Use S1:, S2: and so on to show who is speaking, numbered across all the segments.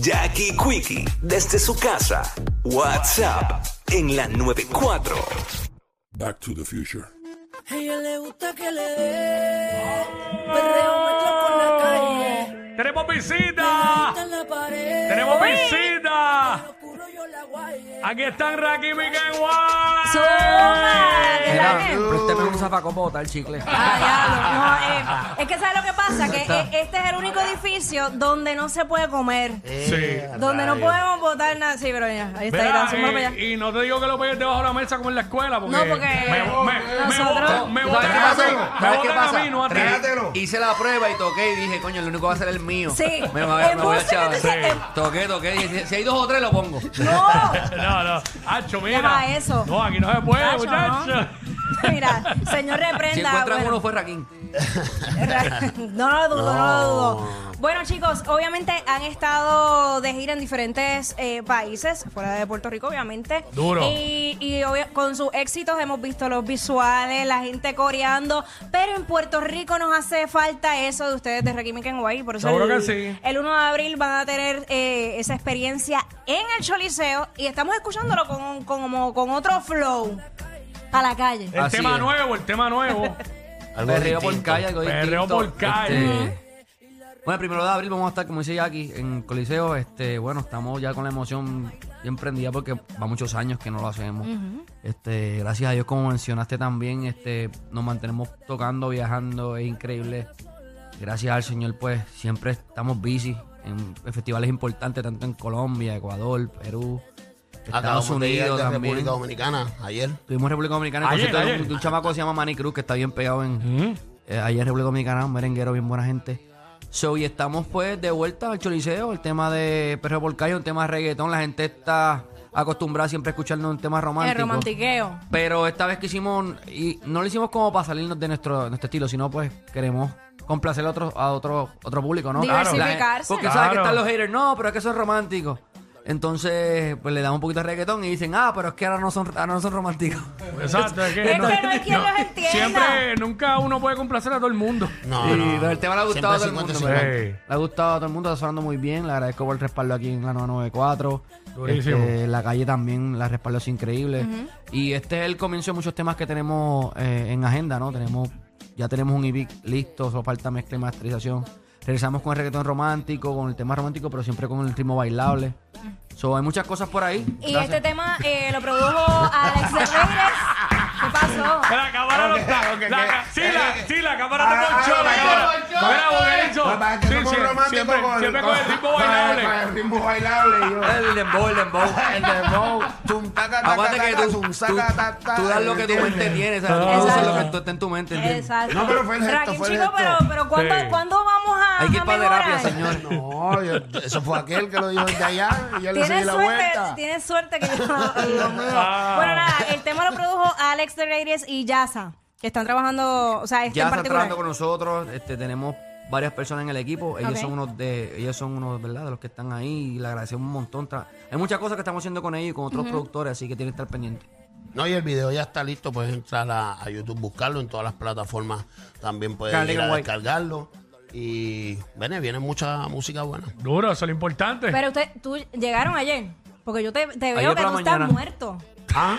S1: Jackie Quickie, desde su casa. WhatsApp en la 94.
S2: Back to the Future.
S3: A ella le gusta que le dé perreo mezclado con la calle.
S4: ¡Tenemos
S3: Me
S4: visita!
S3: gusta en la pared.
S4: Ah. ¡Tenemos visita!
S3: Oscuro yo la guayé.
S4: Aquí están Rakim y Ken Wallace.
S5: Zumba, que
S6: Mira,
S5: la que-
S6: préstame un zafacón para botar el chicle.
S5: Ah, diablo, no, eh, es que ¿sabes lo que pasa? Que eh, este es el único edificio donde no se puede comer.
S4: Eh, Sí.
S5: Donde no podemos botar nada. Sí, pero ya, ahí está, ahí
S4: Mira,
S5: está, zumba para allá.
S4: eh, y no te digo que lo pegues debajo de la mesa como en la escuela, porque,
S5: No, porque
S4: me, me, me,
S5: nosotros-
S4: botan- me
S6: ¿Tú
S4: botan
S6: sabes qué
S4: a mí,
S6: pasó?
S4: me
S6: ¿Sabes qué
S4: botan a
S6: pasa?
S4: mí, no a ti.
S7: Trágatelo.
S6: Hice la prueba y toqué y dije, coño, el único va a ser el mío.
S5: Sí.
S6: Me voy a,
S5: El
S6: me voy a
S5: bus que
S6: chavar.
S5: tú dices, el-
S6: Toqué, toqué. Dije, si- si hay dos o tres, lo pongo.
S5: ¡No!
S4: No, no. Hacho, mira.
S5: Deja eso.
S4: No, aquí no se puede,
S5: Hacho, no.
S4: muchachos.
S5: Mira, señor reprenda.
S6: Si encuentran
S5: bueno.
S6: uno, fue Raquín.
S5: no lo dudo, no. lo dudo. Bueno, chicos, obviamente han estado de gira en diferentes eh, países, fuera de Puerto Rico, obviamente.
S4: Duro.
S5: Y, y obvia- con sus éxitos hemos visto los visuales, la gente coreando, pero en Puerto Rico nos hace falta eso de ustedes de Rakim y Ken Guay, Por eso
S4: Seguro
S5: el,
S4: que sí.
S5: el 1 de abril van a tener eh, esa experiencia en el Choliseo y estamos escuchándolo con, con- como con otro flow a la calle.
S4: El
S6: Así
S4: tema
S6: es.
S4: nuevo, el tema nuevo.
S7: Algo
S6: Perreo por
S7: distinto.
S6: calle, algo
S4: Perreo
S6: distinto.
S4: por calle.
S6: Este, bueno, el primero de abril vamos a estar, como dice Jackie, en Coliseo. Este, bueno, estamos ya con la emoción bien prendida porque va muchos años que no lo hacemos. Este, gracias a Dios, como mencionaste también, este, nos mantenemos tocando, viajando, es increíble. Gracias al Señor, pues siempre estamos busy en festivales importantes, tanto en Colombia, Ecuador, Perú, Estados
S7: Acabamos de llegar
S6: Unidos
S7: de
S6: también.
S7: República Dominicana ayer.
S6: Tuvimos en República Dominicana el
S4: Ayer,
S6: concierto de un-
S4: ayer.
S6: de un chamaco que se llama Manny Cruz, que está bien pegado en. eh, ayer en República Dominicana, un merenguero, bien buena gente. So, y estamos pues de vuelta al Choliseo, el tema de Perro por Calle, un tema de reggaetón. La gente está acostumbrada siempre a escucharnos un tema
S5: El
S6: romántico.
S5: romantiqueo.
S6: Pero esta vez que hicimos, y no lo hicimos como para salirnos de nuestro, nuestro estilo, sino pues queremos complacer a otro, a otro, otro público, ¿no?
S5: Claro.
S6: La gente- Porque
S4: Claro.
S6: sabes que están los haters, no, pero es que son románticos. Entonces, pues le damos un poquito de reggaetón y dicen, ah, pero es que ahora no son, ahora no son románticos.
S4: Exacto. Es que,
S5: Es que no hay quien los entienda.
S4: Siempre, nunca uno puede complacer a todo el mundo.
S7: No,
S6: Y
S7: no.
S6: el tema le ha gustado a todo el
S7: Siempre
S6: mundo.
S7: 50-50.
S6: ¿verdad?
S4: Sí.
S6: Le ha gustado a todo el mundo, está sonando muy bien. Le agradezco por el respaldo aquí en la 994.
S4: Durísimo.
S6: Este, la calle también, la respaldo es increíble. Y este es el comienzo de muchos temas que tenemos eh, en agenda, ¿no? Tenemos, ya tenemos un E EP listo, solo falta mezcla y masterización. Regresamos con el reggaetón romántico, con el tema romántico, pero siempre con el ritmo bailable. So, hay muchas cosas por ahí.
S5: Y
S6: Gracias.
S5: este tema eh, lo produjo Alex Ramírez. ¿Qué pasó?
S4: La cámara no está.
S7: ok,
S4: la
S7: ok.
S4: ca- sí, la, sí, la cámara
S7: Ah,
S4: te ponchó.
S7: ah,
S4: La
S7: te
S4: cámara.
S7: ponchó,
S4: Mira, porque él hizo-
S7: Pues, para que
S4: sí,
S7: no
S4: sí,
S7: fue romántico
S4: siempre,
S7: con-
S4: siempre con el ritmo
S7: con- con
S4: bailable.
S7: el ritmo bailable. yo.
S6: El dembow, el dembow.
S7: El dembow. Tum, taca, taca,
S6: Aguante que
S7: taca,
S6: tú,
S7: zum,
S6: tú,
S7: saca, ta, ta,
S6: tú das lo que tu
S7: ¿entiendes?
S6: mente tiene, ¿sabes? Tú usas lo que tú- está en tu mente, ¿entiendes?
S5: Exacto.
S7: No, pero fue el gesto,
S5: Rakim,
S7: fue el
S5: chico,
S7: gesto.
S5: pero, pero ¿cuándo,
S4: Sí.
S5: ¿cuándo vamos a
S6: Hay que ir
S5: a
S6: para
S5: mejorar?
S6: terapia, señor.
S7: No, yo- yo- eso fue aquel que lo dijo desde allá y yo le seguí
S5: Tienes
S7: la
S5: suerte,
S7: vuelta.
S5: tienes suerte que yo no- Ay, Dios mío.
S4: Ah.
S5: Bueno, nada, el tema lo produjo Alex de Reyes y Yasa, que están trabajando, o sea, este
S6: ya
S5: en
S6: están
S5: particular.
S6: trabajando con nosotros, este, tenemos varias personas en el equipo, ellos
S5: Ok.
S6: son unos de, ellos son unos ¿verdad? de los que están ahí y le agradecemos un montón. Tra- Hay muchas cosas que estamos haciendo con ellos y con otros productores, así que tienen que estar pendientes.
S7: No, y el video ya está listo, puedes entrar a, a YouTube, buscarlo en todas las plataformas. También puedes
S6: Carly
S7: ir a
S6: Guay.
S7: descargarlo. Y viene, viene mucha música buena.
S4: Duro, eso es lo importante.
S5: Pero usted, tú llegaron ayer, porque yo te, te
S6: Ayer
S5: veo
S6: por
S5: que
S6: la
S5: tú
S6: mañana.
S5: estás muerto.
S7: ¿Ah?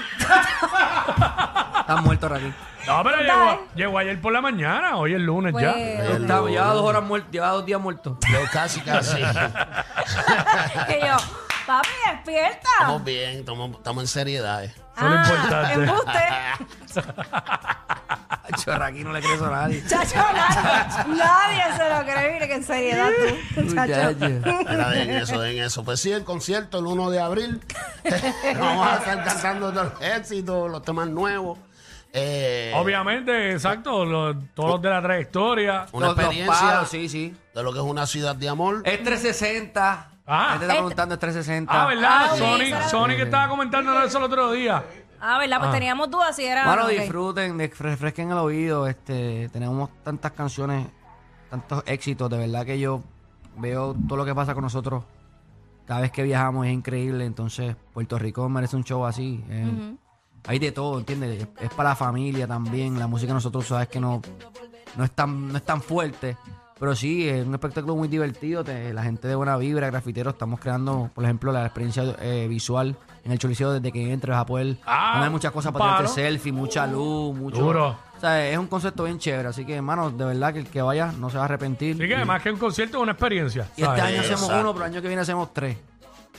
S6: Están muertos Raquel.
S4: No, pero
S5: Dale.
S4: llegó, llegó ayer por la mañana, hoy es lunes
S5: Pues-
S4: ya.
S7: Hello.
S6: Está- Lleva dos horas muerto, lleva dos días muerto.
S7: Yo casi, casi.
S5: que yo, papi, despierta. Ah,
S7: estamos bien, estamos, estamos en seriedad. eh.
S4: Eso es lo importante.
S5: embuste.
S6: Acho, Raquel no le crees a nadie.
S5: Chacho, nadie, nadie se lo cree, mire que en seriedad tú.
S6: Muchacho.
S7: Era de eso, de eso. Pues sí, el concierto el 1 de abril. Vamos a estar cantando todos los éxitos, los temas nuevos. Eh,
S4: Obviamente, exacto, los- todos los de la trayectoria.
S7: Una
S6: Los- los
S7: experiencia.
S6: palos, sí, sí.
S7: De lo que es una ciudad de amor.
S6: Es 360.
S4: Ah.
S6: La gente está
S5: Es-
S6: preguntando, es 360.
S4: Ah, ¿verdad?
S5: Este- Ah,
S4: Sonic,
S5: sí, esa-
S4: Sonic estaba comentando eso el otro día.
S5: Ah, ¿verdad? Pues teníamos dudas si era.
S6: Bueno,
S5: ok.
S6: disfruten, des- refresquen el oído. Este, tenemos tantas canciones, tantos éxitos. De verdad que yo veo todo lo que pasa con nosotros. Cada vez que viajamos es increíble. Entonces, Puerto Rico merece un show así. eh. Hay de todo, ¿entiendes? Es, es para la familia también. La música de nosotros, sabes que no, no, es tan, no es tan fuerte. Pero sí, es un espectáculo muy divertido. te- la gente de buena vibra, grafiteros, estamos creando, por ejemplo, la experiencia eh, visual en el Choliseo desde que entres a poder
S4: Ah,
S6: poner muchas cosas
S4: un
S6: para
S4: paro.
S6: tirarte selfie, mucha luz, mucho.
S4: Uh, Duro.
S6: O sea, es un concepto bien chévere. Así que, hermano, de verdad que el que vaya no se va a arrepentir.
S4: Así que
S6: Y-
S4: además que un concierto es una experiencia.
S6: y este
S4: ¿sabes?
S6: año hacemos
S7: Exacto.
S6: uno, pero el año que viene hacemos tres.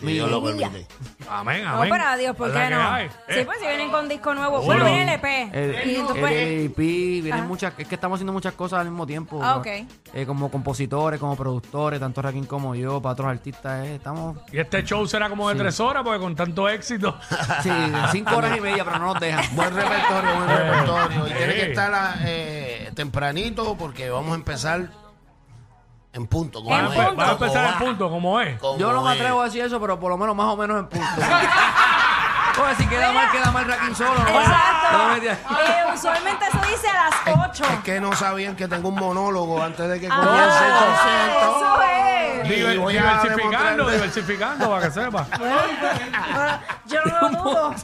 S7: Si Dios lo
S5: Mira.
S7: permite.
S4: Amén,
S5: No,
S4: amén.
S5: pero adiós, ¿por
S4: Es la
S5: qué
S4: que
S5: no?
S4: hay.
S5: Sí,
S4: Eh,
S5: pues si vienen con disco nuevo.
S4: Duro.
S5: Bueno, viene el E EP.
S6: El,
S5: y tú puedes-
S6: el LP, vienen
S5: Ajá.
S6: muchas, es que estamos haciendo muchas cosas al mismo tiempo.
S5: Ah,
S6: ¿no?
S5: ok.
S6: Eh, como compositores, como productores, tanto Raquín como yo, para otros artistas, eh, estamos
S4: Y este show será como de tres horas porque con tanto éxito.
S6: sí, de cinco horas y media, pero no nos dejan.
S7: Buen repertorio,
S4: Eh.
S7: buen repertorio. Y
S4: Sí.
S7: tiene que estar ah, eh, tempranito porque vamos a empezar en punto. como
S5: En
S7: es.
S5: punto.
S4: Vamos a empezar
S7: Como
S4: el punto, como es.
S7: va, como
S6: Yo no me
S7: es.
S6: atrevo a decir eso, pero por lo menos más o menos en punto. Oye, si queda mal, queda mal Raquín solo. ¿no? No,
S5: Exacto.
S6: mentira.
S5: Eh, usualmente se dice a las 8.
S7: Es que no sabían que tengo un monólogo antes de que
S5: Ah,
S7: comience
S5: eso
S7: el concierto.
S5: es.
S4: Diver-
S7: Y voy a
S4: diversificando,
S7: demostrarle-
S4: diversificando, para que sepa.
S5: Bueno, yo no lo dudo.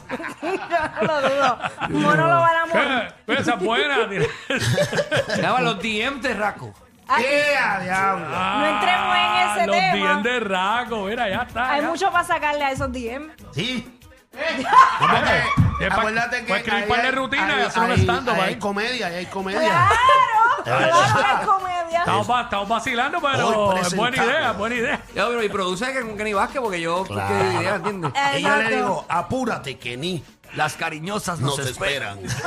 S5: yo no lo dudo. Monólogo al amor.
S4: Eh, Esa es buena. tío.
S6: Daba los DM de Raco.
S5: Ay,
S7: ¡Ea, diablo!
S5: No entremos en ese
S4: Ah, los
S5: tema.
S4: Los de raco, mira, ya está.
S5: Hay
S4: ya.
S5: mucho para sacarle a esos DM.
S7: Sí.
S4: Es Eh, pa-
S7: Acuérdate que.
S4: pa' escribir
S7: ahí
S4: par de
S7: hay-
S4: rutinas,
S7: ahí-
S4: hacer un
S7: ahí-
S4: stand-up
S7: ahí
S4: ahí.
S7: Hay comedia, ahí hay comedia.
S5: Claro, claro que es comedia.
S4: Estamos, va- estamos vacilando, pero
S7: Hoy
S4: es buena
S7: presentamos.
S4: idea, es buena idea.
S6: Ya, pero y produce que con Kenny Vázquez, porque yo, porque idea, ¿entiendes?
S7: Y yo le
S5: Ah, Exacto.
S7: digo, apúrate que ni
S6: Las cariñosas
S7: nos
S6: nos, esperan.
S7: esperan.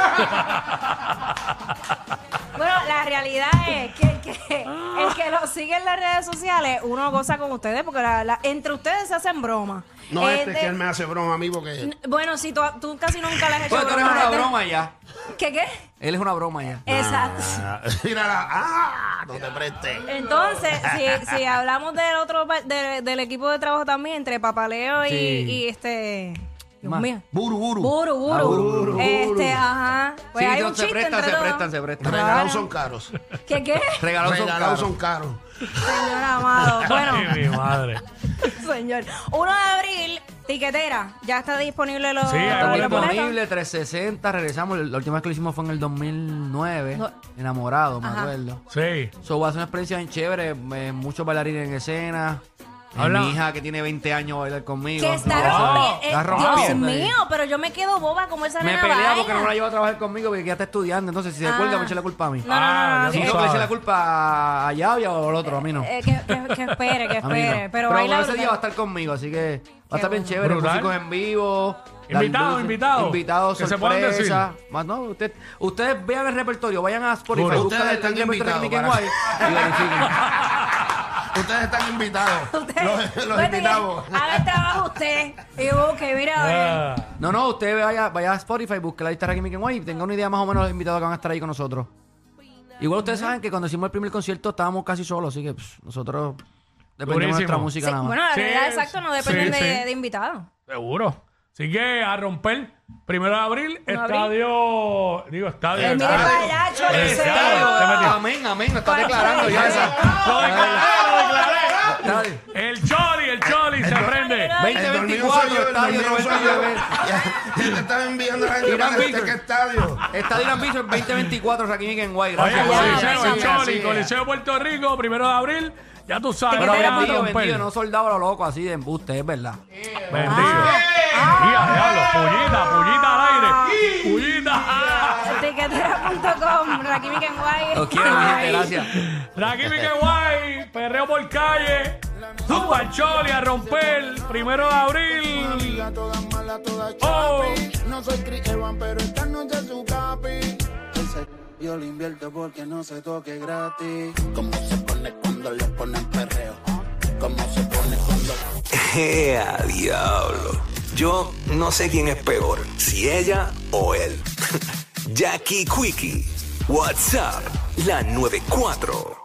S5: Bueno, la realidad es que el que, el que lo sigue en las redes sociales, uno goza con ustedes porque la- la- entre ustedes se hacen bromas.
S7: No,
S5: Eh,
S7: este es
S5: de-
S7: que él me hace broma a mí porque.
S5: Bueno, si tú, tú casi nunca le has hecho
S6: Pues tú eres
S5: bromas a
S6: una
S5: este-
S6: broma ya.
S5: ¿Qué qué?
S6: Él es una broma
S5: Eh,
S6: ya.
S5: Exacto. Eh,
S7: Ah, Mírala. ¡Ah! No te prestes.
S5: Entonces, si, si hablamos del otro pa- de- del equipo de trabajo también, entre Papaleo y,
S6: Sí.
S5: y este. Dios
S6: Ma-
S5: mío.
S7: Buru, buru.
S5: Buru, buru.
S6: Ah, buru, buru.
S5: Este, ajá. Pues hay
S6: no,
S5: un
S6: se
S5: chiste
S6: prestan,
S5: entre
S6: se
S5: todos.
S6: prestan, se prestan.
S7: Regalados son caros.
S5: ¿Qué qué?
S6: Regalados son
S7: Regalados
S6: caros.
S7: son caros.
S5: Señor amado. Bueno.
S4: Ay, mi madre.
S5: Señor. 1 de abril, tiquetera. Ya está disponible los.
S4: Sí, ahí
S5: los
S6: Está
S4: Ahora
S5: boletos.
S6: disponible 360, regresamos. La última vez que lo hicimos fue en el 2009.
S5: No.
S6: Enamorado, me
S5: Ajá.
S6: acuerdo.
S4: Sí.
S6: So, va a ser una experiencia bien chévere. eh, muchos bailarines en escena. Eh,
S4: Habla.
S6: Mi hija que tiene 20 años baila conmigo.
S5: Que está
S6: No,
S5: rompiendo.
S6: está
S5: eh, Dios
S6: rompiendo ahí.
S5: mío, pero yo me quedo boba como esa
S6: Me
S5: nena
S6: pelea
S5: baila.
S6: porque no la llevo a trabajar conmigo porque ya está estudiando. Entonces, si se
S5: Ah.
S6: cuelga, me echa la culpa a mí.
S5: No, no, no,
S4: Ah,
S5: no,
S4: ya
S5: que-
S4: tú
S6: Tengo que
S4: sabes.
S6: echar la culpa a Yavia o al otro, a mí no.
S5: eh, que, que- que espere, que
S6: A mí no.
S5: espere. Pero
S6: con
S5: baila.
S6: ese día va a
S5: brutal.
S6: estar conmigo, así que va a estar bien
S5: bueno.
S6: chévere.
S4: Brutal.
S6: Músicos en vivo. las
S4: Invitados,
S6: luces,
S4: invitados.
S6: Invitados,
S4: Que se puedan
S6: sorpresa. Más no, usted- ustedes vean el repertorio, vayan a Spotify,
S4: Duro.
S6: busquen
S7: Ustedes
S6: el- el
S7: están
S6: repertorio de Nicky
S7: invitados
S6: Guay y verifiquen.
S7: Ustedes están invitados.
S5: Usted-
S7: Los, los
S5: usted-
S7: invitamos.
S5: Haga el trabajo usted. Y busque, mira, a ver.
S4: Ah,
S6: No, no, usted vaya, vaya a Spotify, busque la lista de Nicky Guay y tenga una idea más o menos de los invitados que van a estar ahí con nosotros. Igual ustedes saben que cuando hicimos el primer concierto estábamos casi solos, así que pues, nosotros dependemos de nuestra
S4: Durísimo.
S6: música
S5: Sí,
S6: nada más.
S5: bueno, la
S4: Sí,
S5: realidad exacto no dependen
S4: sí,
S5: de,
S4: sí.
S5: de invitados.
S4: seguro. Así que a romper. Primero de abril,
S5: No,
S4: estadio. Digo, estadio.
S5: Eh, mire
S4: estadio.
S5: para allá, Choli,
S4: Eh,
S5: se
S4: estadio,
S5: va.
S4: se metió.
S6: Amén, amén, lo está
S5: Para-
S6: declarando ya esa.
S4: Lo declaré, lo declaré.
S6: Estadio.
S4: El Choli, el Choli, se aprende.
S7: El dormido
S6: 2024,
S7: soy yo, el
S6: estadio
S7: dormido
S6: Roberto
S7: soy yo.
S6: Llover.
S7: Ya, ya te están enviando la gente
S6: Irán
S7: para este
S6: Víctor.
S7: que estadio.
S6: Está Dylan Bicho en 2024, Raquín en Guay.
S4: Oye,
S6: Gracias.
S5: Allá,
S4: Coliseo,
S5: venga,
S4: el
S7: venga,
S4: Choli,
S7: sigue.
S4: Coliseo Puerto Rico, primero de abril. Ya tú sabes,
S6: Pero
S4: vamos a
S6: vendido,
S4: romper.
S6: vendido, no soldado a lo loco así de embuste, es verdad.
S4: Bendito. Mira, diablo, pullita, pullita al aire. Pullita.
S5: Tiquetera.com, Raquín Kenway.
S6: Los quiero, mi gente, gracias.
S4: Raquí que guay, perreo por calle. Zumba al Choli a romper, primero de abril.
S8: todas malas, todas
S4: Oh.
S8: chapi. No soy Chris Evans, pero esta noche es su capi. Ese yo lo invierto porque no se toque gratis. Cómo se pone cuando le ponen perreo. Cómo se pone cuando...
S1: ¡Ea, diablo! ¡Eh, Yo no sé quién es peor, si ella o él. Jackie Quickie, WhatsApp, la 94.